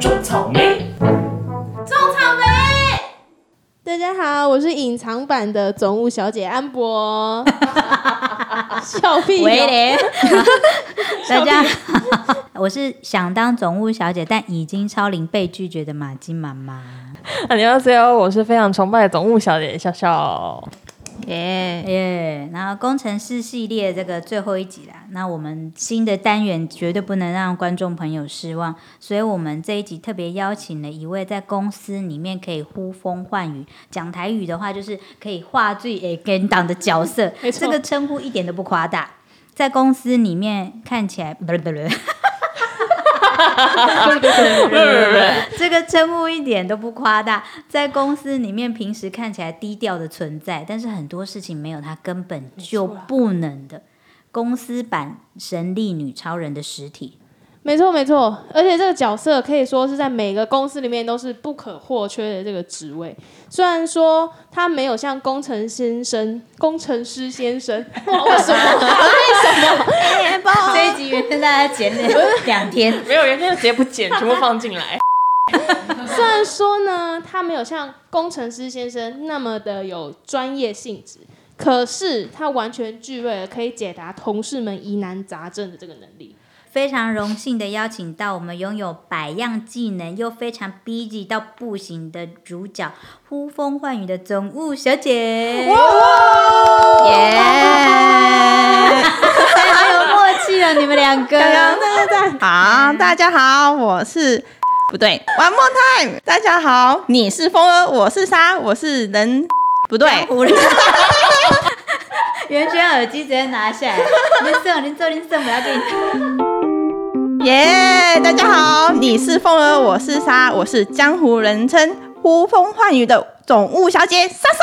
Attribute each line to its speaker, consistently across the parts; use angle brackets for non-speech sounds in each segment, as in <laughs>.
Speaker 1: 种草莓，
Speaker 2: 种草莓。
Speaker 3: 大家好，我是隐藏版的总务小姐安博，笑屁、
Speaker 4: 威
Speaker 3: 哦！
Speaker 4: 廉，大家 <laughs> 好，我是想当总务小姐，但已经超龄被拒绝的马金妈妈。
Speaker 1: 안녕하세요，我是非常崇拜的总务小姐笑笑。
Speaker 2: 耶！
Speaker 4: 耶、然后工程师系列这个最后一集啦，那我们新的单元绝对不能让观众朋友失望，所以我们这一集特别邀请了一位在公司里面可以呼风唤雨，讲台语的话就是可以话最诶跟党的角色，
Speaker 3: <laughs> 没错
Speaker 4: 这个称呼一点都不夸大。在公司里面看起来，不 <laughs> 是不是，这个称呼一点都不夸大，在公司里面平时看起来低调的存在，但是很多事情没有他根本就不能的。公司版神力女超人的实体，
Speaker 3: 没错没错，而且这个角色可以说是在每个公司里面都是不可或缺的这个职位。虽然说他没有像工程先生、工程师先生，哇为什么？
Speaker 4: <laughs> 这一集原先大家剪了两天，
Speaker 1: 没有，人家就直接不剪，全部放进 <laughs> 来。
Speaker 3: 虽然说呢，他没有像工程师先生那么的有专业性质，可是他完全具备了可以解答同事们疑难杂症的这个能力。
Speaker 4: 非常荣幸的邀请到我们拥有百样技能又非常 busy 到不行的主角，呼风唤雨的总务小姐。耶！太有默契了，你们两个。
Speaker 5: 好，大家好，我是不对，One more time，大家好，你是风儿，我是沙，我是人，不对，
Speaker 4: 湖人。圆圈耳机直接拿下来，林胜，林胜，林胜，我要给你。
Speaker 5: 耶、大家好，你是风儿，我是沙，我是江湖人称呼风唤雨的总务小姐莎莎。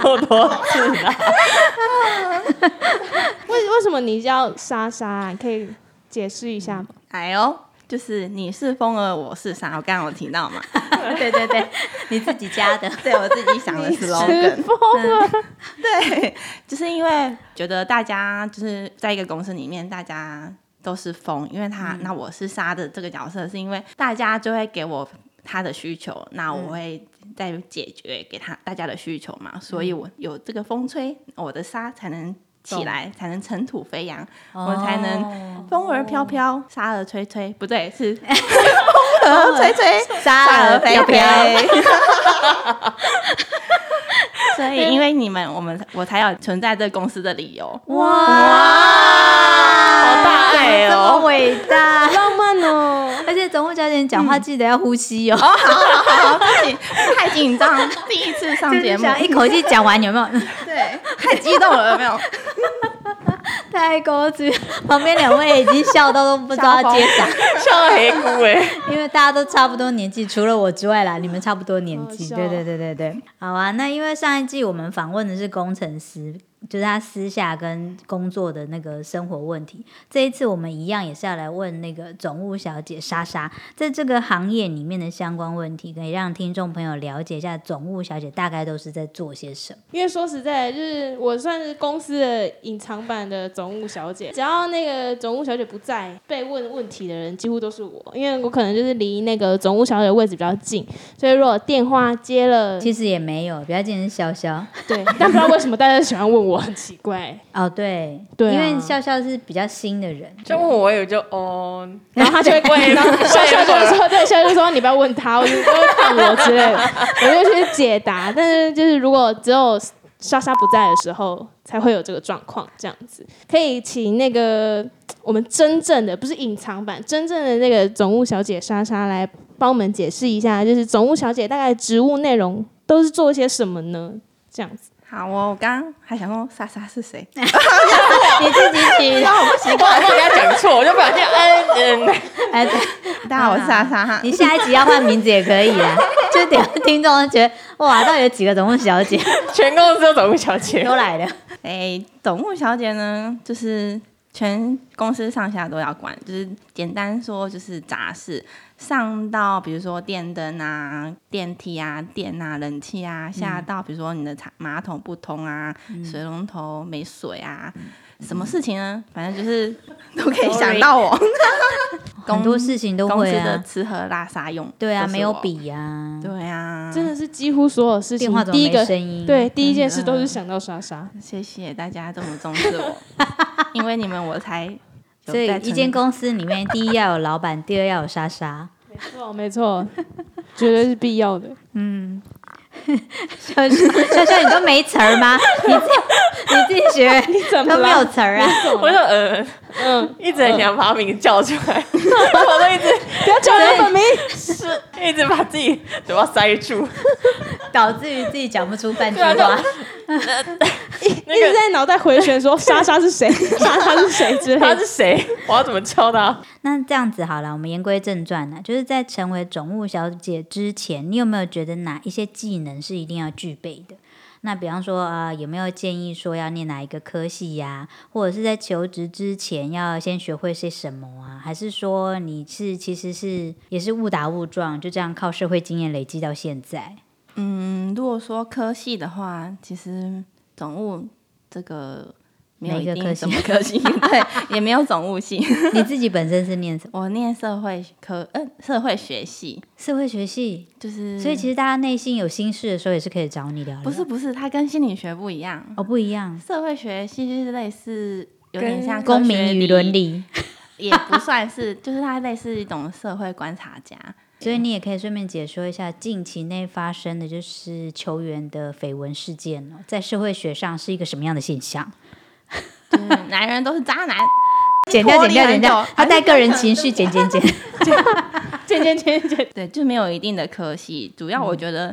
Speaker 1: 好多次啊！
Speaker 3: <laughs> 为为什么你叫莎莎啊？你可以解释一下吗？
Speaker 5: 哎呦，就是你是风儿，我是沙，我刚刚有提到嘛，
Speaker 4: 对对对，你自己家的。
Speaker 5: 对我自己想的 slogan
Speaker 3: 疯。了！
Speaker 5: <laughs> 对，就是因为觉得大家就是在一个公司里面，大家都是风，因为他、
Speaker 3: 嗯
Speaker 5: 那我是沙的这个角色，是因为大家就会给我他的需求，那
Speaker 3: 嗯
Speaker 5: 我会再解决给他大家的需求嘛，所
Speaker 3: 嗯
Speaker 5: 以我有这个风吹，我的沙才能。起来才能尘土飞扬，我
Speaker 3: 哦
Speaker 5: 才
Speaker 4: 哦
Speaker 5: 能风儿飘飘，沙儿吹吹，不对，是风儿吹吹，
Speaker 4: 沙
Speaker 5: 儿
Speaker 4: 儿
Speaker 5: 飞
Speaker 4: 飘飘。
Speaker 5: 所以，因为你们，我们我才有存在这公司的理由。
Speaker 4: 哇，好
Speaker 1: 大爱哦
Speaker 4: 这么伟大！ <laughs>
Speaker 3: 浪漫哦，
Speaker 4: 而且总务小姐你讲话记得要呼吸哦，
Speaker 5: 哦，好好好，好，不行，太紧张，第一次上
Speaker 4: 就
Speaker 5: 节
Speaker 4: 是
Speaker 5: 目，
Speaker 4: 想一口气讲完，有没有？
Speaker 5: 对，太激动了，有没有？
Speaker 4: <laughs> 太高级，旁边两位已经笑到都不知道要接啥，
Speaker 1: 笑到黑姑哎，
Speaker 4: 因为大家都差不多年纪，除了我之外啦，你们差不多年纪。
Speaker 3: 好笑
Speaker 4: 对对对对对，好啊。那因为上一季我们访问的是工程师，就是他私下跟工作的那个生活问题。这一次我们一样也是要来问那个总务小姐莎莎，在这个行业里面的相关问题，可以让听众朋友了解一下总务小姐大概都是在做些什么。
Speaker 3: 因为说实在，就是我算是公司的隐藏版的总务小姐。只要那个总务小姐不在，被问问题的人几乎都是我，因为我可能就是离那个总务小姐的位置比较近，所以如果电话接了，
Speaker 4: 其实也没有，比较简单笑笑。
Speaker 3: 对，但不知道为什么大家喜欢问我，很奇怪。
Speaker 4: 哦，对，
Speaker 3: 对啊
Speaker 4: 因为笑笑是比较新的人，
Speaker 1: 就问我，我就哦，
Speaker 3: 然 <laughs> 后他就会
Speaker 1: 我也
Speaker 3: 笑笑就
Speaker 1: 我
Speaker 3: 说：“对，笑笑就说你不要问他，我就不会看我之 <laughs> 类的，我就去解答。但是就是如果只有莎莎不在的时候，才会有这个状况，这样子可以请那个我们真正的不是隐藏版，真正的那个总务小姐莎莎来帮我们解释一下，就是总务小姐大概职务内容都是做些什么呢？这样子，
Speaker 5: 好哦，我刚刚还想说莎莎是谁，
Speaker 4: <laughs> 你自己
Speaker 3: <laughs>
Speaker 4: 取的。
Speaker 1: 习惯，我跟他讲错，我就不小心嗯嗯，
Speaker 4: 哎，对。
Speaker 5: 大家好，我是莎莎哈。
Speaker 4: 你下一集要换名字也可以啊，就等下听众都觉得哇，到底有几个总务小姐
Speaker 1: <laughs> 全公司都总务小姐，
Speaker 4: 都来了，
Speaker 5: 哎，总务小姐呢，就是全公司上下都要管，就是简单说就是杂事，上到比如说电灯啊、电梯啊、电啊、冷气啊，下到比如说你的马马桶不通啊、
Speaker 4: 嗯
Speaker 5: 水龙头没水啊，什么事情呢？反
Speaker 4: <laughs>
Speaker 5: 正就是都可以想到我。
Speaker 4: 很多事情都
Speaker 5: 公
Speaker 4: 会
Speaker 5: 司的
Speaker 4: 啊，
Speaker 5: 吃喝拉撒用，
Speaker 4: 对啊，
Speaker 5: 都是
Speaker 4: 没有
Speaker 5: 我，
Speaker 4: 笔啊，
Speaker 5: 对啊，
Speaker 3: 真的是几乎所有事
Speaker 4: 电
Speaker 3: 情
Speaker 4: 话怎么
Speaker 3: 第一
Speaker 4: 没
Speaker 3: 个
Speaker 4: 声音？嗯
Speaker 3: 对，第一件事都是想到莎莎。
Speaker 5: 谢谢大家这么重视我，因为你们我才有
Speaker 4: 所以
Speaker 5: 在
Speaker 4: 一
Speaker 5: 成
Speaker 4: 间公司里面，第一要有老板，第二要有莎莎。 <laughs>
Speaker 3: 错，没错，绝对是必要的。
Speaker 4: 莎莎，你都没词儿吗？你自己你自己学
Speaker 3: <laughs> 你怎么
Speaker 4: 都没有
Speaker 3: 了？
Speaker 4: 词儿啊？
Speaker 1: 我就呃，
Speaker 3: 嗯，
Speaker 1: 一直很想把名叫出来， <laughs> 我都一直
Speaker 3: 不要叫人本名。
Speaker 1: 是一直把自己嘴巴塞住，
Speaker 4: 导致于自己讲不出半句
Speaker 1: 对啊
Speaker 4: 话。
Speaker 1: 那
Speaker 3: 一直
Speaker 1: 个
Speaker 3: 在脑袋回旋说莎莎
Speaker 1: <laughs>
Speaker 3: 是谁，莎莎是谁之类
Speaker 1: 他
Speaker 3: 的。
Speaker 1: 是谁？我要怎么叫他？
Speaker 4: 那这样子好了，我们言归正传呢，就是在成为总务小姐之前，你有没有觉得哪一些技能是一定要具备的？那比方说啊、呃有没有建议说要念哪一个科系呀、或者是在求职之前要先学会些什么啊？还是说你是其实是也是误打误撞，就这样靠社会经验累积到现在？
Speaker 5: 嗯，如果说科系的话，其实总务这个没有
Speaker 4: 每
Speaker 5: 一
Speaker 4: 个
Speaker 5: 定
Speaker 4: 科
Speaker 5: 什
Speaker 4: 系
Speaker 5: 么科系，对，也没有总务系。 <laughs>
Speaker 4: 你自己本身是念什么？
Speaker 5: 我念社会科，呃，社会学系，
Speaker 4: <laughs> 社会学系，
Speaker 5: 就是
Speaker 4: 嗯所以其实大家内心有心事的时候，也是可以找你聊聊。
Speaker 5: 不是不是，它跟心理学不一样。
Speaker 4: 哦，不一样，
Speaker 5: 社会学系就是类似有
Speaker 1: 跟
Speaker 5: 点像科
Speaker 4: 公
Speaker 5: 学
Speaker 4: 民与伦，理。
Speaker 5: 也不算是，就是它类似一种社会观察家。
Speaker 4: 所以你也可以顺便解说一下近期内发生的就是球员的绯闻事件哦，在社会学上是一个什么样的现象？
Speaker 5: 就是男人都是渣男，
Speaker 4: 剪掉，
Speaker 5: 脱
Speaker 4: 剪
Speaker 5: 离
Speaker 4: 掉，
Speaker 5: 很
Speaker 4: 剪掉
Speaker 5: 久，
Speaker 4: 他带个人情
Speaker 5: <laughs>
Speaker 4: 绪剪剪剪。
Speaker 3: 渐渐渐渐，
Speaker 5: 对，就没有一定的科系。主要我觉得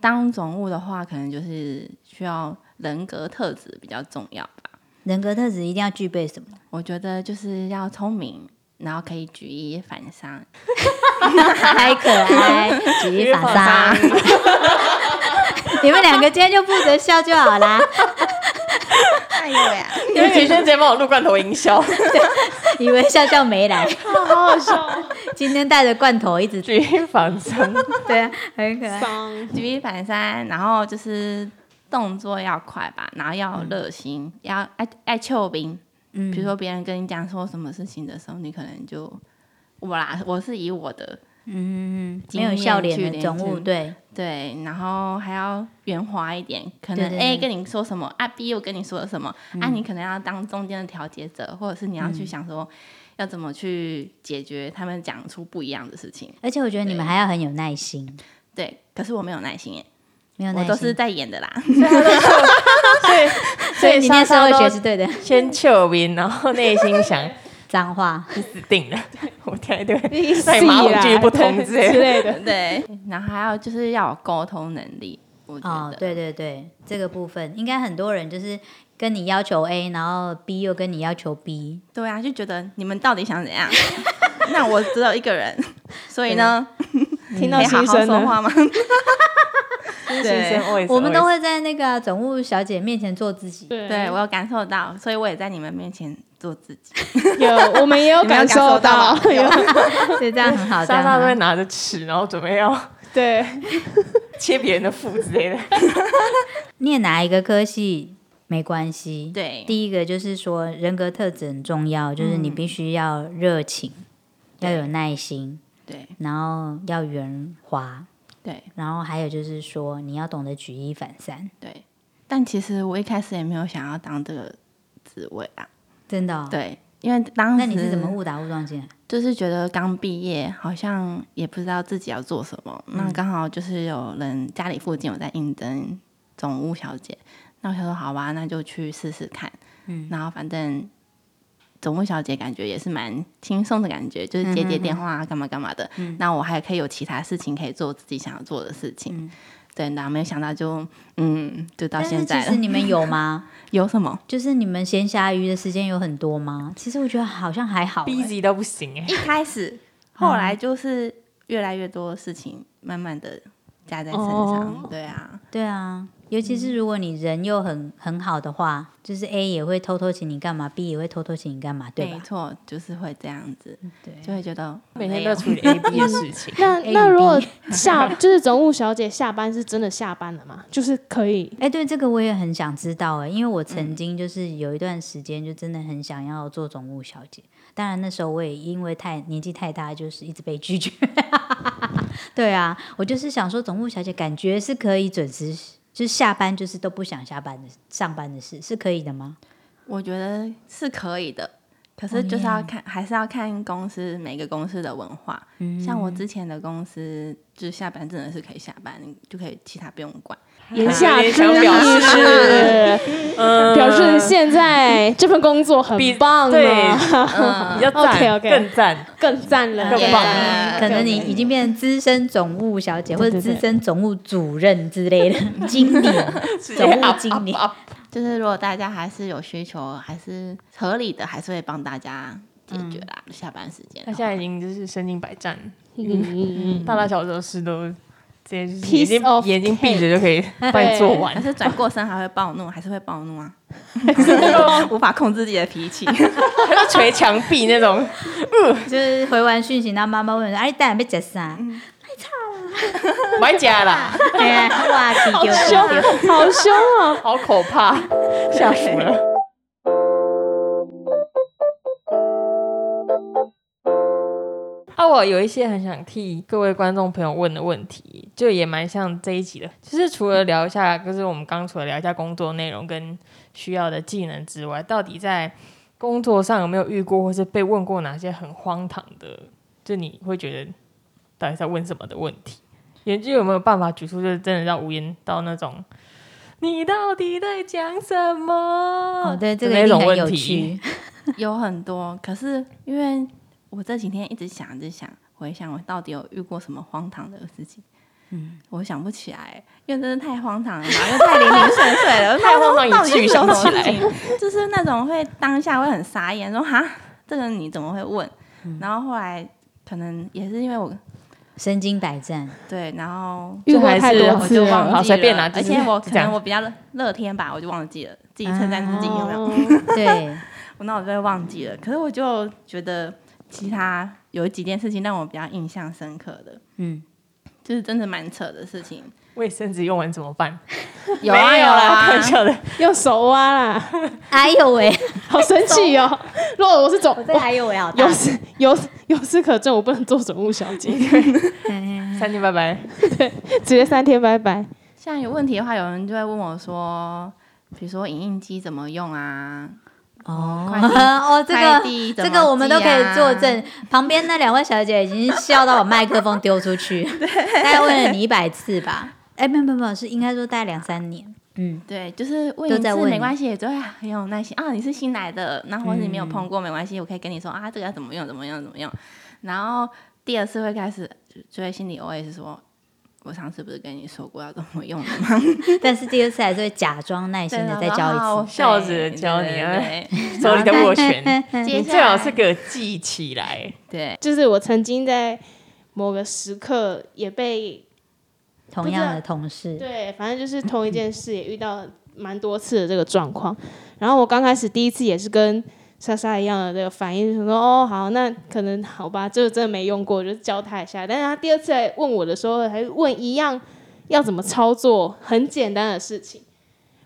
Speaker 5: 当总务的话，可能就是需要人格特质比较重要吧。
Speaker 4: 人格特质一定要具备什么？
Speaker 5: 我觉得就是要聪明，然后可以举一反三。
Speaker 4: 还可爱，举一反三。 <laughs> 你们两个今天就负责笑就好啦。
Speaker 5: 哎呦呀！
Speaker 1: 因为女生直接帮我录罐头营
Speaker 4: <laughs>
Speaker 1: 销，
Speaker 4: 以为笑笑没来，
Speaker 3: 哦好好笑。
Speaker 1: <laughs>
Speaker 4: 今天带着罐头一直
Speaker 1: 举一反三，
Speaker 4: 对啊，很可爱。
Speaker 3: 桑
Speaker 5: 举一反三，然后就是动作要快吧，然后要有热心，要爱爱救兵。
Speaker 4: 嗯
Speaker 5: 比如说别人跟你讲说什么事情的时候，你可能就我啦，我是以我的
Speaker 4: 嗯，没
Speaker 5: 经
Speaker 4: 有
Speaker 5: 验
Speaker 4: 笑
Speaker 5: 去
Speaker 4: 脸的
Speaker 5: 连
Speaker 4: 总务
Speaker 5: 接
Speaker 4: 对。
Speaker 5: 对，然后还要圆滑一点，可
Speaker 4: 对
Speaker 5: 能
Speaker 4: 对
Speaker 5: A
Speaker 4: 对
Speaker 5: 跟你说什么啊，B 又跟你说了什么、啊，你可能要当中间的调节者，或者是你要去想说要怎么去解决他们讲出不一样的事情。
Speaker 4: 而且我觉得你们还要很有耐心，
Speaker 5: 对，可是我没有耐心耶，
Speaker 4: 没有耐
Speaker 5: 我
Speaker 4: 心。
Speaker 5: 都是在演的啦。 <laughs>
Speaker 4: 所以你念社
Speaker 1: 莎莎
Speaker 4: 会
Speaker 1: 都
Speaker 4: 学是对的，
Speaker 1: 先求名，然后内心想
Speaker 4: 脏话。
Speaker 1: 死定了， <laughs> 我天，对，
Speaker 3: 一系
Speaker 1: 在马桶剧不通之
Speaker 3: 之
Speaker 1: 类的。
Speaker 3: 类的，
Speaker 5: 对，然后还有就是要有沟通能力，我觉
Speaker 4: 哦
Speaker 5: 得。，
Speaker 4: 对对对，这个部分应该很多人就是跟你要求 A，然后 B 又跟你要求 B，
Speaker 5: 对啊，就觉得你们到底想怎样？ <laughs> 那我只有一个人，所以呢，
Speaker 1: 嗯
Speaker 3: 听
Speaker 5: 可
Speaker 3: 到
Speaker 5: 以好
Speaker 3: 心
Speaker 5: 好
Speaker 3: 声
Speaker 5: 说
Speaker 3: 了。
Speaker 5: 话吗？对，
Speaker 4: 我们都会在那个总务小姐面前做
Speaker 3: <laughs>
Speaker 4: 自己。
Speaker 3: 对
Speaker 5: <laughs> 对我有感受到，所以我也在你们面前做自己。
Speaker 3: 有我们也有
Speaker 5: 你们
Speaker 3: 感
Speaker 5: 有感
Speaker 3: 受
Speaker 5: 受
Speaker 3: 到
Speaker 5: 到吗，
Speaker 3: 有
Speaker 4: 对，这样很好，这
Speaker 1: 莎
Speaker 4: 样
Speaker 1: 莎都会
Speaker 4: 很好
Speaker 1: 拿着尺，然后准备要 <laughs>
Speaker 3: 对，
Speaker 1: 切别人的腹之类的。
Speaker 4: 念哪一个科系没关系。
Speaker 5: 对嗯
Speaker 4: 第一个就是说人格特质很重要，就是你必须要热情，要有耐心，
Speaker 5: 对
Speaker 4: 然后要圆滑，
Speaker 5: 对
Speaker 4: 然后还有就是说你要懂得举一反三，
Speaker 5: 对，但其实我一开始也没有想要当这个职位啊。
Speaker 4: 真的、哦。
Speaker 5: 对，因为当时
Speaker 4: 那你是怎么误打误撞进来？
Speaker 5: 就是觉得刚毕业，好像也不知道自己要做什么。
Speaker 4: 嗯
Speaker 5: 那刚好就是有人家里附近有在应征总务小姐，那我想说好吧，那就去试试看。嗯，然后反正总务小姐感觉也是蛮轻松的感觉，就是
Speaker 4: 嗯
Speaker 5: 接接电话啊，干嘛干嘛的。那我还可以有其他事情可以做自己想要做的事情。对，然后没有想到就嗯，就到
Speaker 4: 嗯但是
Speaker 5: 现
Speaker 4: 其
Speaker 5: 在
Speaker 4: 实
Speaker 5: 了。
Speaker 4: 你们
Speaker 5: <laughs>
Speaker 4: 有吗？
Speaker 5: 有什么？
Speaker 4: 就是你们闲暇余的时间有很多吗？其实我觉得好像还
Speaker 1: <laughs>
Speaker 4: 好、
Speaker 1: 逼
Speaker 4: 欸。
Speaker 1: 急到不行哎、
Speaker 5: 一
Speaker 1: <laughs>
Speaker 5: 开始，后来
Speaker 1: 嗯
Speaker 5: 就是越来越多的事情，慢慢的加在身上。
Speaker 3: 哦
Speaker 5: 对啊，
Speaker 4: 对啊，尤其
Speaker 5: 嗯
Speaker 4: 是如果你人又很很好的话，就是 A 也会偷偷请你干嘛，B 也会偷偷请你干嘛，对
Speaker 5: 没
Speaker 4: 吧？
Speaker 5: 错，就是会这样子，
Speaker 4: 对，
Speaker 5: 就会觉得
Speaker 1: 嗯每天都处理 A <laughs> B 的事情。
Speaker 3: 那
Speaker 4: A
Speaker 3: 那
Speaker 4: 与
Speaker 3: 如
Speaker 4: B
Speaker 3: 果下就是总务小姐下班是真的下班了吗？就是可以
Speaker 4: 哎、对这个我也很想知道哎、因为我
Speaker 3: 嗯
Speaker 4: 曾经就是有一段时间就真的很想要做总务小姐，当然那时候我也因为太年纪太大，就是一直被拒绝。 <laughs> 对啊，我就是想说总务小姐感觉是可以准时，就是下班就是都不想下班的上班的事是可以的吗？
Speaker 5: 我觉得是可以的，可是就是
Speaker 1: 哦
Speaker 5: 要看，还是要看公司每个公司的文化。
Speaker 1: 嗯
Speaker 5: 像我之前的公司，就是下班真的是可以下班，你就可以其他不用管。
Speaker 3: 言下之
Speaker 1: 想表
Speaker 3: 意是
Speaker 1: 嗯
Speaker 3: 表示现在这份工作很
Speaker 1: 比
Speaker 3: 棒
Speaker 1: 对
Speaker 3: 啊，，
Speaker 1: 比较赞
Speaker 3: OK，OK
Speaker 1: 更赞。
Speaker 3: 更赞了，
Speaker 1: 更棒
Speaker 5: 对
Speaker 4: 可能你
Speaker 3: 呃对
Speaker 4: 已经变成资深总务小姐或者
Speaker 3: 对对
Speaker 4: 资深总务主任之类的
Speaker 3: <laughs>
Speaker 4: 经理，总务经理。
Speaker 5: 就是如果大家还是有需求，还是合理的，还是会帮大家解决啦。下班时间
Speaker 1: 他
Speaker 5: 的话，
Speaker 1: 嗯现在已经就是身经百战，
Speaker 3: 嗯嗯嗯
Speaker 1: 大大小小的事都直接就是
Speaker 3: Piece
Speaker 1: 眼睛
Speaker 3: of
Speaker 1: 眼睛闭着就可以帮你做完 <laughs>
Speaker 5: 可。是转过身还会暴怒，还是会暴怒 <laughs> 啊，无法控制自己的脾气。
Speaker 1: 他就捶墙壁那种，
Speaker 4: 就是回完讯息，然后妈妈问说：“哎、啊，蛋被吃啥？”
Speaker 3: 嗯
Speaker 1: 买假啦， <laughs>
Speaker 4: 哎呀，哇，气
Speaker 3: 好
Speaker 4: 丢
Speaker 3: 凶，好凶哦！
Speaker 1: 好可怕，吓死了。啊，我有一些很想替各位观众朋友问的问题，就也蛮像这一集的。就是除了聊一下，就是我们刚除了聊一下工作内容跟需要的技能之外，到底在工作上有没有遇过，或是被问过哪些很荒唐的，就你会觉得到底在问什么的问题？研究有没有办法举出，就是真的要无言到那种你到底在讲什么？
Speaker 4: 哦，对，这个
Speaker 1: 那
Speaker 4: 一定
Speaker 1: 种
Speaker 4: 很
Speaker 1: 问
Speaker 4: 有
Speaker 1: 题，
Speaker 4: 趣。
Speaker 5: <laughs> 有很多，可是因为我这几天一直想，一直想回想我到底有遇过什么荒唐的事情。嗯，我想不起来，因为真的太荒唐了嘛，又太零零碎碎 <laughs> 了，
Speaker 1: 太荒唐
Speaker 5: 到
Speaker 1: 以
Speaker 5: 底
Speaker 1: 至于
Speaker 5: 是什
Speaker 1: 想
Speaker 5: 么
Speaker 1: 不起
Speaker 5: 事
Speaker 1: 来。
Speaker 5: 情，就是那种会当下会很傻眼，说哈，这个你怎么会问？然后后来可能也是因为我
Speaker 4: 身经百战，
Speaker 5: 对，然后
Speaker 3: 遇过太多
Speaker 1: 我
Speaker 5: 我
Speaker 3: 次
Speaker 5: 就
Speaker 3: 了，
Speaker 5: 忘记
Speaker 1: 好
Speaker 5: 了，
Speaker 1: 随便啦就
Speaker 5: 而
Speaker 1: 是
Speaker 5: 且我
Speaker 1: 这
Speaker 5: 可
Speaker 1: 样
Speaker 5: 能我比较乐乐天吧，我就忘记了自己称赞自己有没有？
Speaker 3: 哦
Speaker 5: <laughs>
Speaker 4: 对，
Speaker 5: 我那我就会忘记了。可是我就觉得其他有几件事情让我比较印象深刻的，
Speaker 4: 嗯，
Speaker 5: 就是真的蛮扯的事情。
Speaker 1: 卫生纸用完怎么办？
Speaker 5: <laughs> 有
Speaker 1: <laughs> 没有啦，开玩
Speaker 5: <laughs> 啊，
Speaker 1: 笑的。
Speaker 3: 用手挖啊啦，
Speaker 5: <laughs>
Speaker 4: 哎呦喂，
Speaker 3: 好生气哦！如果我是总，
Speaker 4: 这哎呦喂，好
Speaker 3: 哦有
Speaker 4: 大，
Speaker 3: 事有有事可证，我不能做总务小姐，
Speaker 1: 三天拜拜。
Speaker 3: 直接三天拜拜。
Speaker 5: 像有问题的话，有人就会问我说，比如说影印机怎么用啊？
Speaker 4: 哦
Speaker 5: 快递
Speaker 4: 哦， <laughs> 这
Speaker 5: 快
Speaker 4: 个。
Speaker 5: 递怎
Speaker 4: 这
Speaker 5: 么
Speaker 4: 个我们都可以
Speaker 5: 寄啊
Speaker 4: 作。证，旁边那两位小姐已经笑到把麦克风丢出
Speaker 5: <laughs>
Speaker 4: 去，大概问了你一百次吧。哎，没有没有没有，是应该说大概两三年。嗯，
Speaker 5: 对，就是问
Speaker 4: 都
Speaker 5: 一
Speaker 4: 在
Speaker 5: 次
Speaker 4: 问
Speaker 5: 没关系，也就会很有耐心啊。你是新来的，那或者你没有
Speaker 4: 嗯
Speaker 5: 碰过、没关系，我可以跟你说啊，这个要怎么用，怎么用，怎么用。然后第二次会开始，就就会心里 OS 说，我上次不是跟你说过要怎么用的吗？
Speaker 4: <laughs> 但是第二次还是会假装耐心的再教一
Speaker 5: 哦
Speaker 4: 次。
Speaker 1: 笑着教你啊 <laughs>
Speaker 5: 对
Speaker 1: 手里的斡旋，
Speaker 5: 对
Speaker 1: 你
Speaker 5: 接
Speaker 1: 最
Speaker 5: 下
Speaker 1: 好
Speaker 5: 来
Speaker 1: 是给我记起来。
Speaker 4: <laughs>
Speaker 5: 对
Speaker 3: 就是我曾经在某个时刻也被
Speaker 4: 同样的同事，
Speaker 3: 对，反正就是同一件事也遇到蛮多次的这个状况。然后我刚开始第一次也是跟莎莎一样的这个反应，就说哦好，那可能好吧，这个真的没用过，就教他一下。但是他第二次来问我的时候，还问一样要怎么操作，很简单的事情。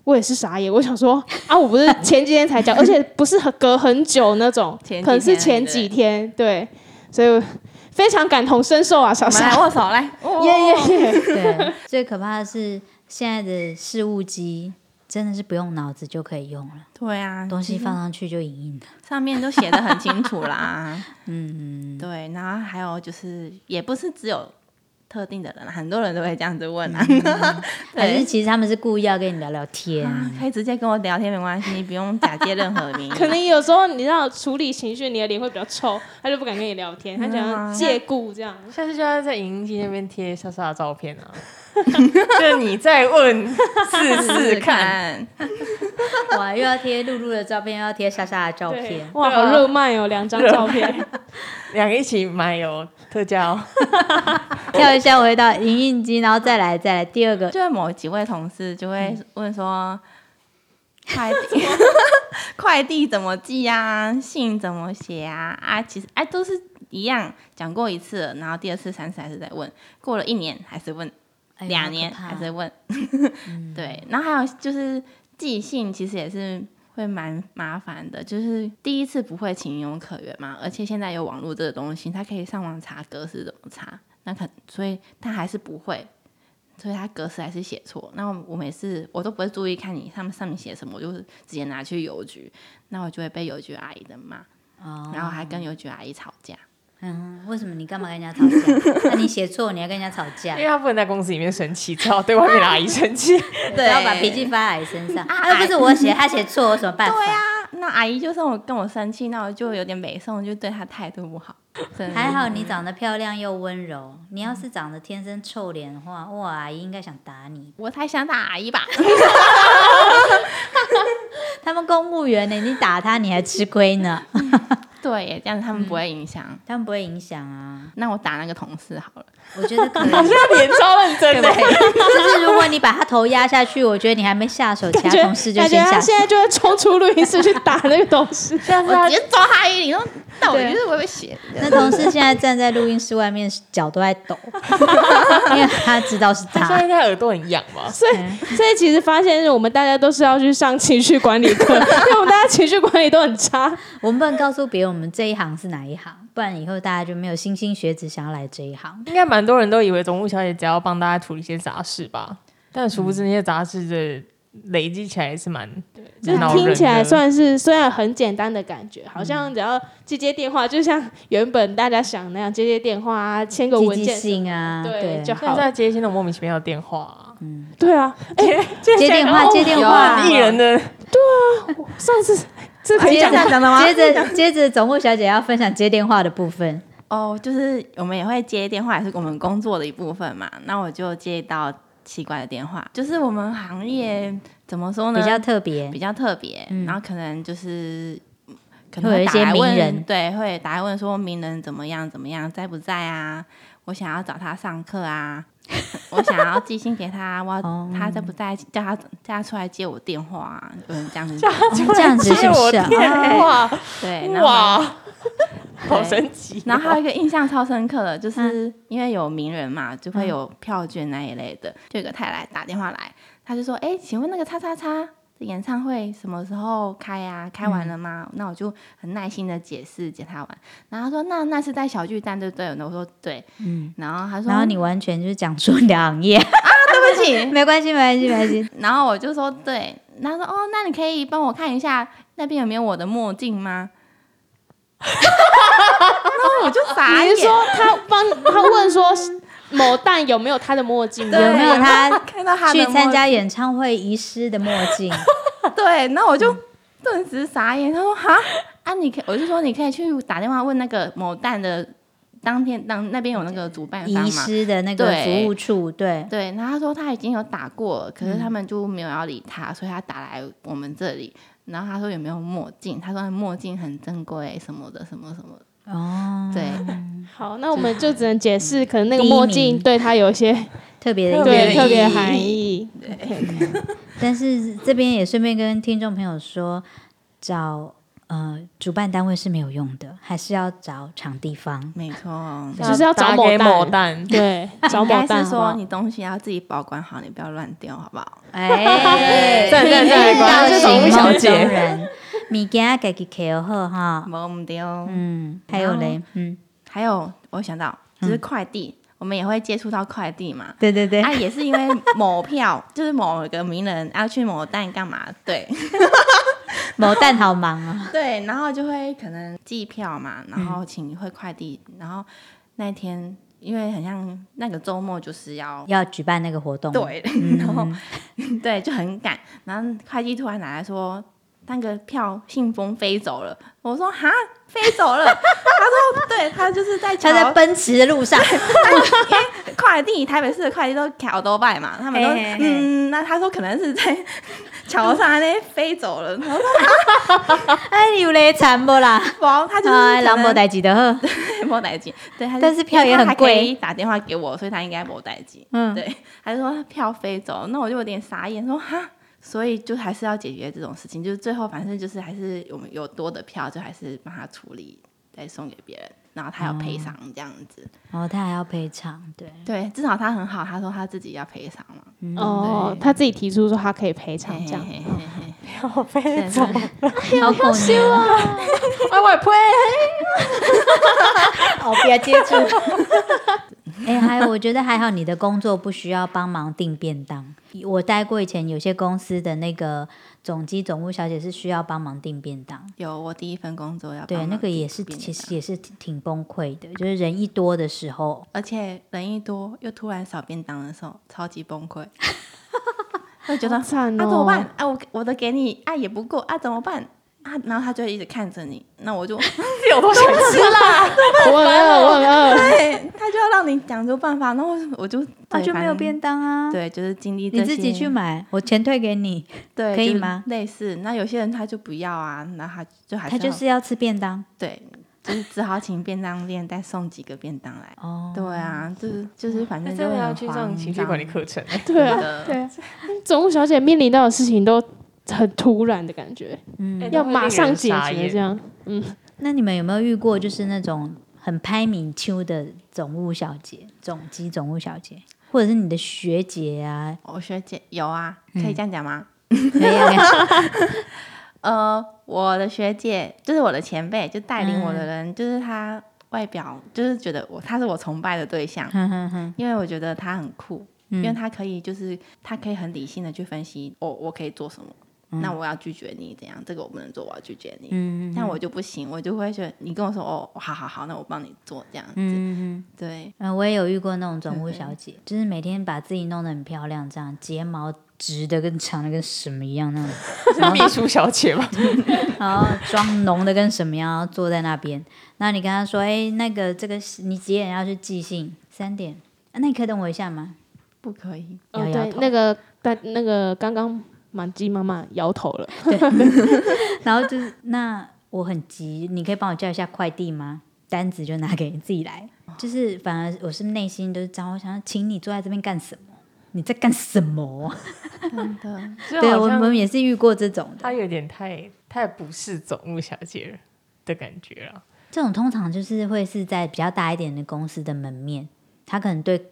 Speaker 3: 我也是傻眼，我想说啊，我不是前几天才教，而且不是很隔很久那种
Speaker 5: 前，几
Speaker 3: 可能是
Speaker 5: 天而已
Speaker 3: 前
Speaker 5: 对
Speaker 3: 几天，对，所以我非常感同身受啊，莎
Speaker 5: 我们来
Speaker 3: 莎，
Speaker 5: 握手来，
Speaker 4: <laughs>
Speaker 3: <laughs>
Speaker 5: 哦
Speaker 3: 耶耶耶！
Speaker 4: 对， <laughs> 最可怕的是现在的事务机真的是不用脑子就可以用了，
Speaker 5: 对啊，
Speaker 4: 东西
Speaker 5: 其实
Speaker 4: 放上去就影印的。
Speaker 5: 上面都写的很清楚啦。
Speaker 4: <laughs>
Speaker 5: 嗯， <laughs> 对，然后还有就是，也不是只有特定的人，很多人都会这样子问啊。
Speaker 4: 嗯还是
Speaker 5: 对。
Speaker 4: 其实他们是故意要跟你聊聊天，
Speaker 5: 啊可以直接跟我聊天没关系，不用假借任何名
Speaker 6: <laughs>
Speaker 5: 义。
Speaker 3: 可能有时候你知道处理情绪，你的脸会比较臭，他就不敢跟你聊天，他想
Speaker 6: 嗯
Speaker 3: 要借故这样。
Speaker 1: 下次就要在影音机那边贴莎莎的 <laughs> 照片啊，就是你再问试
Speaker 5: 试
Speaker 1: 试
Speaker 5: 试 <laughs>
Speaker 1: 看。
Speaker 5: 看，
Speaker 6: <laughs> 哇，又要贴露露的照片，又要贴莎莎的照
Speaker 3: 对
Speaker 6: 片，，
Speaker 3: 哇，好热卖哦，两张照
Speaker 6: <laughs>
Speaker 3: 片。
Speaker 1: 两个一起买有特价哦。
Speaker 6: 跳一下回到影印机，然后再来再来第 <laughs> 二个，
Speaker 5: 就某几位同事就会问说，快递快递怎么寄啊？信怎么写啊？啊，其实哎、都是一样，讲过一次了，然后第二次、三次还是在问，过了一年还是问，
Speaker 6: 哎
Speaker 5: 两年
Speaker 6: 好
Speaker 5: 还
Speaker 6: 可怕
Speaker 5: 是
Speaker 6: <laughs>
Speaker 5: 问，对，然后还有就是寄信，其实也是。会蛮麻烦的，就是第一次不会情有可原嘛，而且现在有网络这个东西，他可以上网查格式怎么查，那可所以他还是不会，所以他格式还是写错。那我我每次我都不会注意看你他们上面写什么，我就是直接拿去邮局，那我就会被邮局阿姨的骂，
Speaker 6: 哦，
Speaker 5: 然后还跟邮局阿姨吵架。
Speaker 6: 嗯，为什么你干嘛跟人家吵架？ <laughs> 那你写错，你还跟人家吵架
Speaker 1: 因为，他不能在公司里面生气，只好对外面的阿姨生气。
Speaker 6: 不
Speaker 5: 对
Speaker 6: 要把脾气发在阿姨身上。 <laughs> 啊，又不是我写，他写错，我什么办
Speaker 5: 对
Speaker 6: 法？
Speaker 5: 啊，那阿姨就算我跟我生气，那我就有点没送，就对她态度不 <laughs> 好。真的
Speaker 6: 还好哦你长得漂亮又温柔，你要是长得天生臭脸的话，哇，阿姨应该想打你。
Speaker 5: 我才想打阿姨吧。
Speaker 6: 他们公务员呢，你打他你还吃亏呢，
Speaker 5: <laughs> 对耶，这样他们不会影响。
Speaker 6: <laughs> 他们不会影响啊。
Speaker 5: 那我打那个同事好了。
Speaker 6: 我觉得可以，
Speaker 1: 他脸超认真的，
Speaker 6: <laughs> 就是如果你把他头压下去，我觉得你还没下手，其
Speaker 3: 感
Speaker 6: 他
Speaker 3: 觉
Speaker 6: 同事
Speaker 3: <laughs>
Speaker 6: 就
Speaker 3: 感觉
Speaker 6: 先
Speaker 3: 他
Speaker 6: 下手
Speaker 3: 现。在就会冲出录音室去打那个东
Speaker 6: <laughs>
Speaker 3: 西。
Speaker 6: 啊
Speaker 1: 但是他
Speaker 5: 我直接抓阿姨，你说到底就是我被写
Speaker 6: 那同事现在站在录音室外面，脚都在抖， <laughs> 因为他知道是
Speaker 1: 他现在
Speaker 6: 他。
Speaker 1: 应该耳朵很痒吧？
Speaker 3: 所以，所以其实发现我们大家都是要去上情绪管理
Speaker 6: <laughs>
Speaker 3: 课，因为我们大家情绪管理都很差。
Speaker 6: 我们不能告诉别人我们这一行是哪一行，不然以后大家就没有新兴学子想要来这一行。
Speaker 1: 应该蛮多人都以为总务小姐只要帮大家处理一些杂事吧，但殊不知那些杂事的累积起来也是蛮
Speaker 3: 就是
Speaker 1: 恼人
Speaker 3: 听
Speaker 1: 的
Speaker 3: 起来算是虽然很简单的感觉，好像只要接接电话，就像原本大家想那样接接电话啊，签个
Speaker 6: 积
Speaker 3: 文
Speaker 6: 极
Speaker 3: 件，
Speaker 6: 性啊，
Speaker 3: 对
Speaker 6: 对，
Speaker 3: 就
Speaker 1: 现
Speaker 3: 好。
Speaker 1: 在接一些那种莫名其妙的电话啊、
Speaker 3: 对啊，
Speaker 6: <laughs> 接电话，接电话。
Speaker 1: 艺人的
Speaker 3: 上次这可以讲
Speaker 5: 讲的
Speaker 6: 接着接着，总务小姐要分享接电话的部分。
Speaker 5: 哦，就是我们也会接电话，也是我们工作的一部分嘛。那我就接到奇怪的电话，就是我们行业怎么说呢？
Speaker 6: <laughs> 嗯比较特别
Speaker 5: 嗯比，较特别，
Speaker 6: 嗯
Speaker 5: 然后可能就是嗯可
Speaker 6: 会
Speaker 5: 能
Speaker 6: 有一
Speaker 5: 打
Speaker 6: 些
Speaker 5: 来
Speaker 6: 名
Speaker 5: 问
Speaker 6: 人
Speaker 5: 对，会打来问说名人怎么样怎么样，在不在啊？我想要找他上课啊， <laughs> 我想要寄信给他，我要
Speaker 6: 哦
Speaker 5: 他在不在？叫他叫他出来接我电话啊，有人这样子
Speaker 6: <laughs>
Speaker 5: 讲，
Speaker 6: 这样子是
Speaker 1: 接
Speaker 6: 不
Speaker 1: 我
Speaker 6: 是啊？
Speaker 1: 电话，
Speaker 5: 对，然后
Speaker 1: 哇，好
Speaker 5: 对
Speaker 1: 神奇哦、
Speaker 5: 然后还有一个印象超深刻的，
Speaker 6: 嗯
Speaker 5: 就是因为有名人嘛，就会有票券那一类的。就有个太太打电话来，他就说：“哎，请问那个叉叉叉的演唱会什么时候开啊？开
Speaker 6: 嗯
Speaker 5: 完了吗？”那我就很耐心的解释解他完。然后他说：“那那是在小巨蛋对不对？”我说：“对。”
Speaker 6: 嗯，
Speaker 5: 然后他说：“
Speaker 6: 然后你完全就是讲出你的行业，
Speaker 5: 对不起。
Speaker 6: 没关系，没关系，没关系。”
Speaker 5: 然后我就说：“对。”然后他说：“哦，那你可以帮我看一下那边有没有我的墨镜吗？” <laughs> 然后我就傻
Speaker 3: 你
Speaker 5: 眼
Speaker 3: 是。说他帮 <laughs> 他问说某蛋有没有他的墨镜吗？
Speaker 5: 对
Speaker 6: 有没有他
Speaker 5: 看到他的
Speaker 6: 去参
Speaker 5: 墨
Speaker 6: 加
Speaker 5: 镜
Speaker 6: 演唱会遗失的墨镜？
Speaker 5: 对，那我
Speaker 6: 嗯
Speaker 5: 就顿时傻眼。他说：“哈啊，你可以我就说你可以去打电话问那个某蛋的当天当那边有那个主办方
Speaker 6: 遗
Speaker 5: 嘛。
Speaker 6: 失的那个
Speaker 5: 对
Speaker 6: 服务处，对”，
Speaker 5: 对，然后他说他已经有打过了，可是他们就没有要理
Speaker 6: 嗯
Speaker 5: 他，所以他打来我们这里。然后他说有没有墨镜？他说墨镜很珍贵，什么的，什么什么的。
Speaker 6: 哦，
Speaker 5: 对，
Speaker 3: 好，那我们就只能解释，可能那个墨
Speaker 6: 第一
Speaker 3: 镜
Speaker 6: 名
Speaker 3: 对他有一些
Speaker 6: 特别的意
Speaker 1: 特别
Speaker 6: 义
Speaker 1: 的
Speaker 3: 对特别
Speaker 1: 意义
Speaker 3: 含义。
Speaker 6: 但是这边也顺便跟听众朋友说，找呃主办单位是没有用的，还是要找场地 <laughs> 方。
Speaker 5: 没错。
Speaker 3: 就是要找
Speaker 1: 打
Speaker 3: 某
Speaker 1: 给
Speaker 3: 蛋
Speaker 1: 某蛋，
Speaker 3: 对，找
Speaker 5: 应
Speaker 3: 某
Speaker 5: 该
Speaker 3: 蛋
Speaker 5: 是
Speaker 3: 好不
Speaker 5: 说
Speaker 3: 好
Speaker 5: 你东西要自己保管好，你不要乱丢，好不好？
Speaker 6: 哎，
Speaker 1: 赞赞赞果然
Speaker 6: 要
Speaker 1: 是
Speaker 6: 请 <laughs>
Speaker 1: 宠物小
Speaker 6: 梦
Speaker 1: 姐
Speaker 6: 中人，物件自己捡好哈。
Speaker 5: 没唔丢。
Speaker 6: 嗯，还有嘞，嗯，
Speaker 5: 还有，我想到就是快递，我们也会接触到快递嘛。
Speaker 6: <laughs> 对对对
Speaker 5: 啊，，也是因为某票，就是某个名人要去某蛋干嘛？
Speaker 6: <laughs>
Speaker 5: 对
Speaker 6: 某蛋好忙啊，
Speaker 5: 对，然后就会可能寄票嘛，然
Speaker 6: 嗯
Speaker 5: 后请会快递，然后那天因为很像那个周末就是要。
Speaker 6: 要举办那个活动，
Speaker 5: 对，<laughs>
Speaker 6: 嗯，
Speaker 5: 然后对就很赶，然后快递突然拿来说，他那个票信封飞走了。我说哈，飞走了。 <laughs> 他说对，他就是在
Speaker 6: 他在
Speaker 5: 桥
Speaker 6: 奔驰的路上，
Speaker 5: 快递，台北市的快递都桥都拜嘛，他们都
Speaker 6: 嘿嘿嘿
Speaker 5: 嗯，那他说可能是在 <laughs> 桥上那飞走了。我说
Speaker 6: <laughs> 哎，你有嘞惨不啦？
Speaker 5: 不，他就是
Speaker 6: 哎，
Speaker 5: 可
Speaker 6: 狼博
Speaker 5: 能
Speaker 6: 代记得呵，
Speaker 5: <laughs> 没带机，对，他就
Speaker 6: 但是票也很
Speaker 5: 他可
Speaker 6: 贵
Speaker 5: 以打电话给我，所以他应该没带机。
Speaker 6: 嗯，
Speaker 5: 对，他就说票飞走，那我就有点傻眼，说哈，所以就还是要解决这种事情，就是最后反正就是还是我们有多的票，就还是帮他处理，再送给别人，然后他要赔偿这样子。
Speaker 6: 然后哦他还要赔偿，对，
Speaker 5: 对，至少他很好，他说他自己要赔偿嘛。
Speaker 6: 嗯
Speaker 3: 哦，他自己提出说他可以赔偿这样。
Speaker 5: 嘿嘿嘿嘿嘿
Speaker 1: 我飞走，
Speaker 6: 好恐怖啊！ <laughs>
Speaker 1: 哎，我呸！
Speaker 6: <laughs> 哦，不要接触。哎、还有，我觉得还好，你的工作不需要帮忙订便当。我待过以前有些公司的那个总机总务小姐是需要帮忙订便当，
Speaker 5: 有我第一份工作要
Speaker 6: 对，
Speaker 5: 帮
Speaker 6: 那
Speaker 5: 忙
Speaker 6: 个也
Speaker 5: 订
Speaker 6: 是
Speaker 5: 便
Speaker 6: 其
Speaker 5: 当
Speaker 6: 实也是挺挺崩溃的，就是人一多的时候，
Speaker 5: 而且人一多又突然少便当的时候，超级崩
Speaker 6: <laughs>
Speaker 5: 溃。会觉得
Speaker 3: 好惨
Speaker 5: 啊怎么
Speaker 3: 哦
Speaker 5: 办？啊我我的给你啊也不够啊怎么办？啊然后他就一直看着你，那我就 <laughs> 有多想吃啦，
Speaker 3: 我很饿，我很饿。
Speaker 5: 对，哎他就要让你讲出办法，然后我就
Speaker 6: 那
Speaker 5: 对
Speaker 6: 就没有
Speaker 5: 反正
Speaker 6: 便当啊。，
Speaker 5: 对，就是经历
Speaker 6: 你
Speaker 5: 这
Speaker 6: 自
Speaker 5: 些
Speaker 6: 己去买，我钱退给你，
Speaker 5: 对
Speaker 6: 可以
Speaker 5: 就是
Speaker 6: 吗
Speaker 5: 类似，那有些人他就不要啊，那他就还
Speaker 6: 他就
Speaker 5: 要
Speaker 6: 是要吃便当
Speaker 5: 对，就是只好请便当店再送几个便当来。
Speaker 6: 哦。
Speaker 5: 对啊，就是就是反正
Speaker 1: 嗯真
Speaker 5: 就
Speaker 1: 的
Speaker 5: 会
Speaker 1: 要
Speaker 5: 很
Speaker 1: 去上情绪
Speaker 5: 慌
Speaker 1: 管理
Speaker 5: 张
Speaker 1: 课程、欸，
Speaker 3: 对啊，
Speaker 5: 的
Speaker 3: 对啊，总务小姐面临到的事情都很突然的感觉，
Speaker 1: 哎
Speaker 3: 要马上解。
Speaker 1: 都会令
Speaker 3: 决
Speaker 1: 人
Speaker 3: 这
Speaker 1: 傻眼
Speaker 3: 样。
Speaker 6: 那你们有没有遇过就是那种很拍明秋的总务小姐、总机总务小姐，或者是你的学
Speaker 3: <laughs>
Speaker 6: 姐啊？
Speaker 5: 我哦学姐有啊，可
Speaker 6: 嗯
Speaker 5: 以这样讲吗？
Speaker 6: 没有没有，
Speaker 5: 呃，我的学姐就是我的前辈，就带领我的人，就是她外表就是觉得我她是我崇拜的对象，
Speaker 6: 哼哼哼
Speaker 5: 因为我觉得她很酷，因为
Speaker 6: 嗯
Speaker 5: 她可以就是她可以很理性的去分析哦我我可以做什么，那我要拒绝你怎样，这个我不能做，我要拒绝你。
Speaker 6: 嗯
Speaker 5: 但我就不行，我就会觉得你跟我说哦，好好好，那我帮你做这样子，
Speaker 6: 嗯嗯
Speaker 5: 对，
Speaker 6: 嗯，我也有遇过那种总务小姐，就是每天把自己弄得很漂亮，这样睫毛直的跟长的跟什么一样那种，
Speaker 1: 是秘书小姐吧？
Speaker 6: 然后妆浓的跟什么样，然后坐在那边。那你跟她说，哎，那个这个你几点要去寄信？三点。啊那你可以等我一下吗？
Speaker 5: 不可以，
Speaker 3: 哦
Speaker 6: 摇，摇
Speaker 3: 对，
Speaker 6: 头
Speaker 3: 那个但那个刚刚满鸡妈妈摇头了，
Speaker 6: 然后就是那我很急，你可以帮我叫一下快递吗？单子就拿给你自己来，就是反而我是内心都是这样，我想说请你坐在这边干什么？你在干什么？
Speaker 5: 真的。 <laughs>
Speaker 1: 啊
Speaker 6: 对我
Speaker 1: 就好像
Speaker 6: 们也是遇过这种的，
Speaker 1: 她有点太太不是总务小姐了的感觉了。
Speaker 6: 这种通常就是会是在比较大一点的公司的门面，他可能对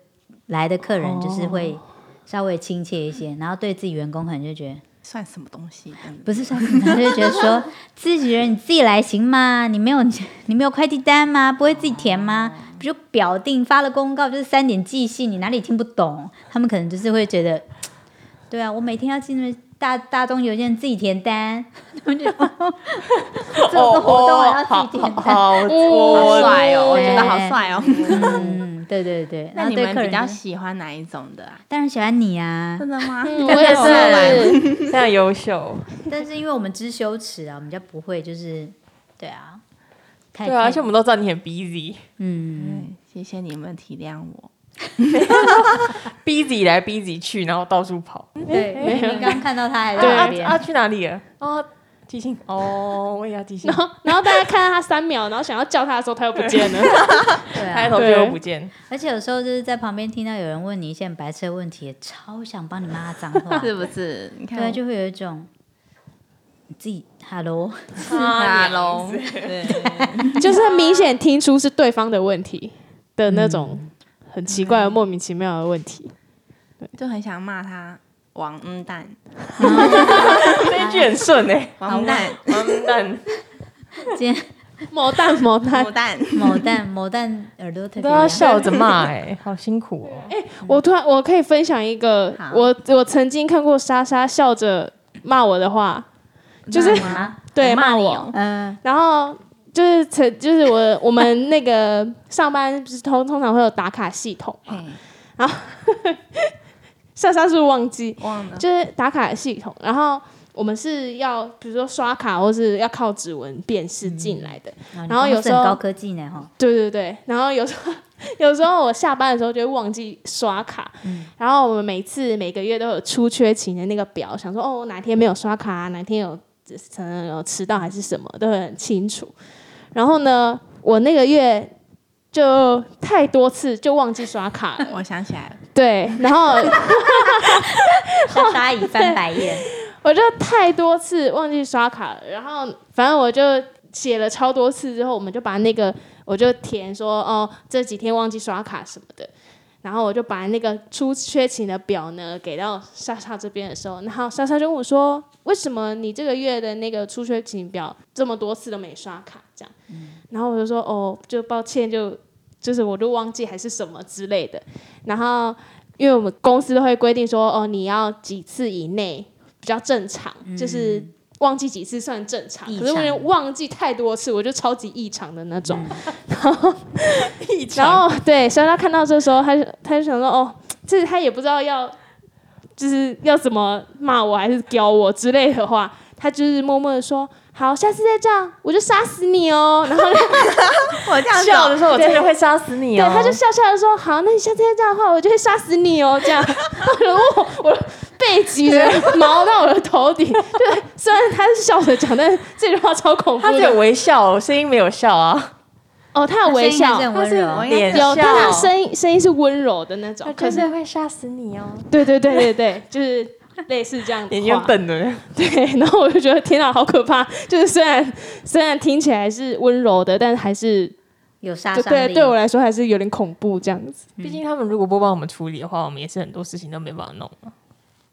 Speaker 6: 来的客人就是会
Speaker 5: 哦
Speaker 6: 稍微亲切一些，然后对自己员工可能就觉得
Speaker 5: 算什么东西？这样子
Speaker 6: 不是算什么，他就觉
Speaker 5: <laughs>
Speaker 6: 得说自己人你自己来行吗？你没有你没有快递单吗？不会自己填吗？
Speaker 5: 哦
Speaker 6: 不就表定发了公告就是三点寄信，你哪里听不懂？他们可能就是会觉得，对啊，我每天要寄那么大大众邮件自己填单，他们就这个活动还要自己填单。
Speaker 1: 好，我
Speaker 5: 好帅哦，我
Speaker 6: 对
Speaker 5: 觉得好帅哦。
Speaker 6: <laughs> 嗯，对对对，然
Speaker 5: 那
Speaker 6: 后
Speaker 5: 你
Speaker 6: 对
Speaker 5: 们
Speaker 6: 客
Speaker 5: 比
Speaker 6: 人
Speaker 5: 较
Speaker 6: 就
Speaker 5: 喜欢哪一种的啊？
Speaker 6: 当然喜欢你啊，
Speaker 5: 真的吗？
Speaker 3: 嗯我也是，
Speaker 1: 非常优秀。
Speaker 6: 但是因为我们知羞耻啊，我们就不会就是，对啊，太
Speaker 1: 对啊，而且
Speaker 6: 太
Speaker 1: 我们都知道你很 busy，busy
Speaker 6: 嗯，
Speaker 5: 嗯，谢谢你们体谅我。
Speaker 1: 来 busy 去，然后到处跑。
Speaker 6: 对，明明刚看到他还在
Speaker 1: 对
Speaker 6: 那
Speaker 1: 啊 <laughs>
Speaker 6: 边，
Speaker 1: 啊，去哪里了？哦，寄信。哦，我也要寄信
Speaker 3: 然。后然后大家看到他三秒，然后想要叫他的时候，他又不见了。
Speaker 6: 对
Speaker 1: 开
Speaker 6: 啊，
Speaker 1: 头就又不见，
Speaker 6: 而且有时候就是在旁边听到有人问你一些很白痴的问题，也超想帮你骂他脏
Speaker 5: <laughs>
Speaker 6: 话，
Speaker 5: 是不是？你看
Speaker 6: 对啊，就会有一种你自己 hello，
Speaker 5: 哈喽，对，
Speaker 3: 就是很明显听出是对方的问题的那种很奇怪的莫名其妙的问题。
Speaker 5: 就很想骂他王嗯蛋，
Speaker 1: 这一句很顺哎，
Speaker 5: 王蛋，
Speaker 1: 完蛋。
Speaker 6: 今天
Speaker 3: 某蛋 <laughs> 某蛋
Speaker 5: 母，蛋，
Speaker 6: 某蛋某蛋耳朵特
Speaker 1: 都
Speaker 6: 别
Speaker 1: 要
Speaker 6: 痒，
Speaker 1: 笑着骂哎，好辛苦哦。
Speaker 3: 我突然我可以分享一个
Speaker 5: 好，
Speaker 3: 我我曾经看过莎莎笑着骂我的话，就是
Speaker 6: 啊，
Speaker 3: <laughs> 对
Speaker 1: 骂
Speaker 3: 骂
Speaker 1: 你
Speaker 3: 我，
Speaker 1: 哦
Speaker 6: 嗯
Speaker 3: 然后就是曾就是我我们那个上班不是通通常会有打卡系统嘛，
Speaker 5: 嘿
Speaker 3: <laughs> 莎莎是不是忘记
Speaker 5: <laughs> 忘了。
Speaker 3: 就是打卡系统，然后我们是要比如说刷卡或是要靠指纹辨识进来的。
Speaker 4: 嗯然
Speaker 3: 然后
Speaker 4: 后
Speaker 3: 有时候
Speaker 4: 高科技呢，哈，
Speaker 3: 对对对，然后有时候 <laughs> 有时候我下班的时候就会忘记刷卡，
Speaker 4: 嗯
Speaker 3: 然后我们每次每个月都有出缺勤的那个表，想说哦我哪天没有刷卡、哪天有可能有迟到还是什么，都会很清楚。然后呢，我那个月就太多次就忘记刷卡了，
Speaker 5: 我想起来了，
Speaker 3: 对，然后
Speaker 4: 莎莎已翻白眼，
Speaker 3: 我就太多次忘记刷卡了，然后反正我就写了超多次之后，我们就把那个我就填说哦这几天忘记刷卡什么的，然后我就把那个出缺勤的表呢给到莎莎这边的时候，然后莎莎就问我说为什么你这个月的那个出缺勤表这么多次都没刷卡这样，然后我就说哦就抱歉就就是我就忘记还是什么之类的，然后。因为我们公司都会规定说，哦，你要几次以内比较正常，就是忘记几次算正常，
Speaker 4: 嗯异
Speaker 3: 可是
Speaker 4: 常
Speaker 3: 我忘记太多次，我就超级异常的那种。
Speaker 4: 嗯
Speaker 1: 异
Speaker 3: <laughs> 然
Speaker 1: 常。
Speaker 3: 后对莎莎看到这时候，她就她就想说，哦，这她也不知道要就是要怎么骂我还是教我之类的话，她就是默默的说，好，下次再这样我就杀死你哦。 <laughs> 然后呢，
Speaker 5: 我这样哦
Speaker 1: 笑的时候，我真
Speaker 3: 对
Speaker 1: 的会杀死你
Speaker 3: 对，
Speaker 1: 哦！
Speaker 3: 她就笑笑的说，好，那你下次再这样的话，我就会杀死你哦。这样，然后我我的背脊的毛到我的头顶，对，虽然她是笑着讲，但是这句话超恐怖
Speaker 1: 他只有
Speaker 3: 的。
Speaker 1: 微笑，声音没有笑啊，
Speaker 3: 哦，她有微
Speaker 4: 声音还
Speaker 3: 笑
Speaker 4: 是。很温柔
Speaker 5: 她是。应该
Speaker 1: 脸
Speaker 3: 有，
Speaker 1: 笑，
Speaker 3: 但她声音声音是温柔的那种，可是
Speaker 1: 会杀死你哦！
Speaker 3: 对对对对对，就是类似这样的
Speaker 1: 眼睛
Speaker 3: 话。
Speaker 1: 笨的，
Speaker 3: 对，然后我就觉得天哪，好可怕！就是虽然虽然听起来是温柔的，但还是
Speaker 4: 有杀
Speaker 3: 就
Speaker 4: 伤力。
Speaker 3: 对对我来说还是有点恐怖这样子。
Speaker 1: 毕竟他们如果不帮我们处理的话，我们也是很多事情都没办法弄。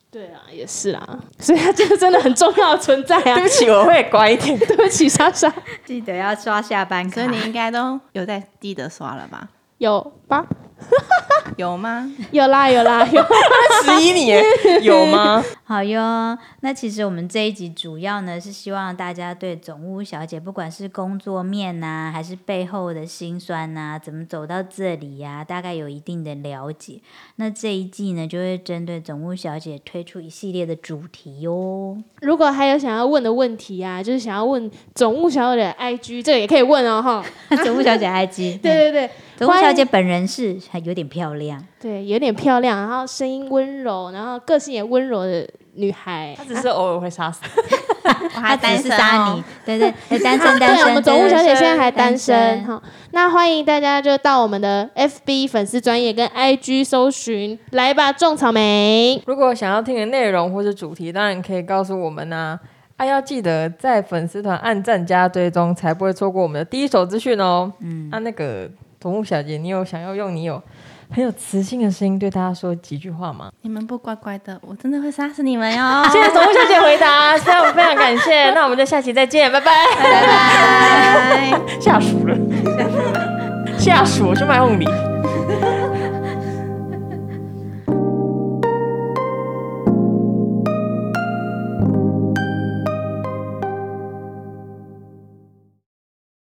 Speaker 3: 对啊，也是啦，所以它这个真的很重要的存
Speaker 1: <laughs>
Speaker 3: 在
Speaker 1: 对
Speaker 3: 啊
Speaker 1: 不。起，我会乖一 <laughs> 点。
Speaker 3: <laughs> 对不起，莎莎，
Speaker 4: 记得要刷下班卡
Speaker 5: 所以。你应该都有在记得刷了吧？
Speaker 3: 有吧？
Speaker 5: 有吗？
Speaker 3: 有啦有啦有， <laughs>
Speaker 1: 质疑你耶 <laughs> 有吗？
Speaker 4: 好哟，那其实我们这一集主要呢是希望大家对总务小姐，不管是工作面呐、还是背后的辛酸呐、怎么走到这里呀、大概有一定的了解。那这一季呢，就会针对总务小姐推出一系列的主题哟。
Speaker 3: 如果还有想要问的问题啊，就是想要问总务小姐的 IG，这个也可以问哦哈。
Speaker 4: 总务小姐 IG，
Speaker 3: 对
Speaker 4: 嗯
Speaker 3: 对对
Speaker 4: 总务小姐本人是还有点漂亮，
Speaker 3: 对，有点漂亮，然后声音温柔，然后个性也温柔的女孩
Speaker 1: 他。只是偶尔会杀死你。
Speaker 5: 我
Speaker 4: 她
Speaker 5: 还单
Speaker 4: 只是
Speaker 5: 身
Speaker 4: 杀
Speaker 5: 哦
Speaker 4: 你，。对对，哎单身
Speaker 3: <laughs>
Speaker 4: 单
Speaker 3: 对，啊
Speaker 4: 身。
Speaker 3: 我们总务小姐现在还单
Speaker 4: 单
Speaker 3: 身
Speaker 4: 身
Speaker 3: 哈。那欢迎大家就到我们的 FB 粉丝专业跟 IG 搜寻，来吧，种草莓。
Speaker 1: 如果想要听的内容或是主题，当然可以告诉我们呐、啊。要记得在粉丝团按赞加追踪，才不会错过我们的第一手资讯哦。嗯，那、那个宠物小姐，你有想要用你有很有磁性的声音对大家说几句话吗？
Speaker 5: 你们不乖乖的，我真的会杀死你们哦
Speaker 1: <laughs>
Speaker 5: 哟！
Speaker 1: 谢谢宠物小姐回答，非常非常感
Speaker 5: <laughs>
Speaker 1: 谢。那我们就下期再见，拜拜。
Speaker 5: 拜拜。
Speaker 1: <laughs> 下属了，下属，我去卖凤梨。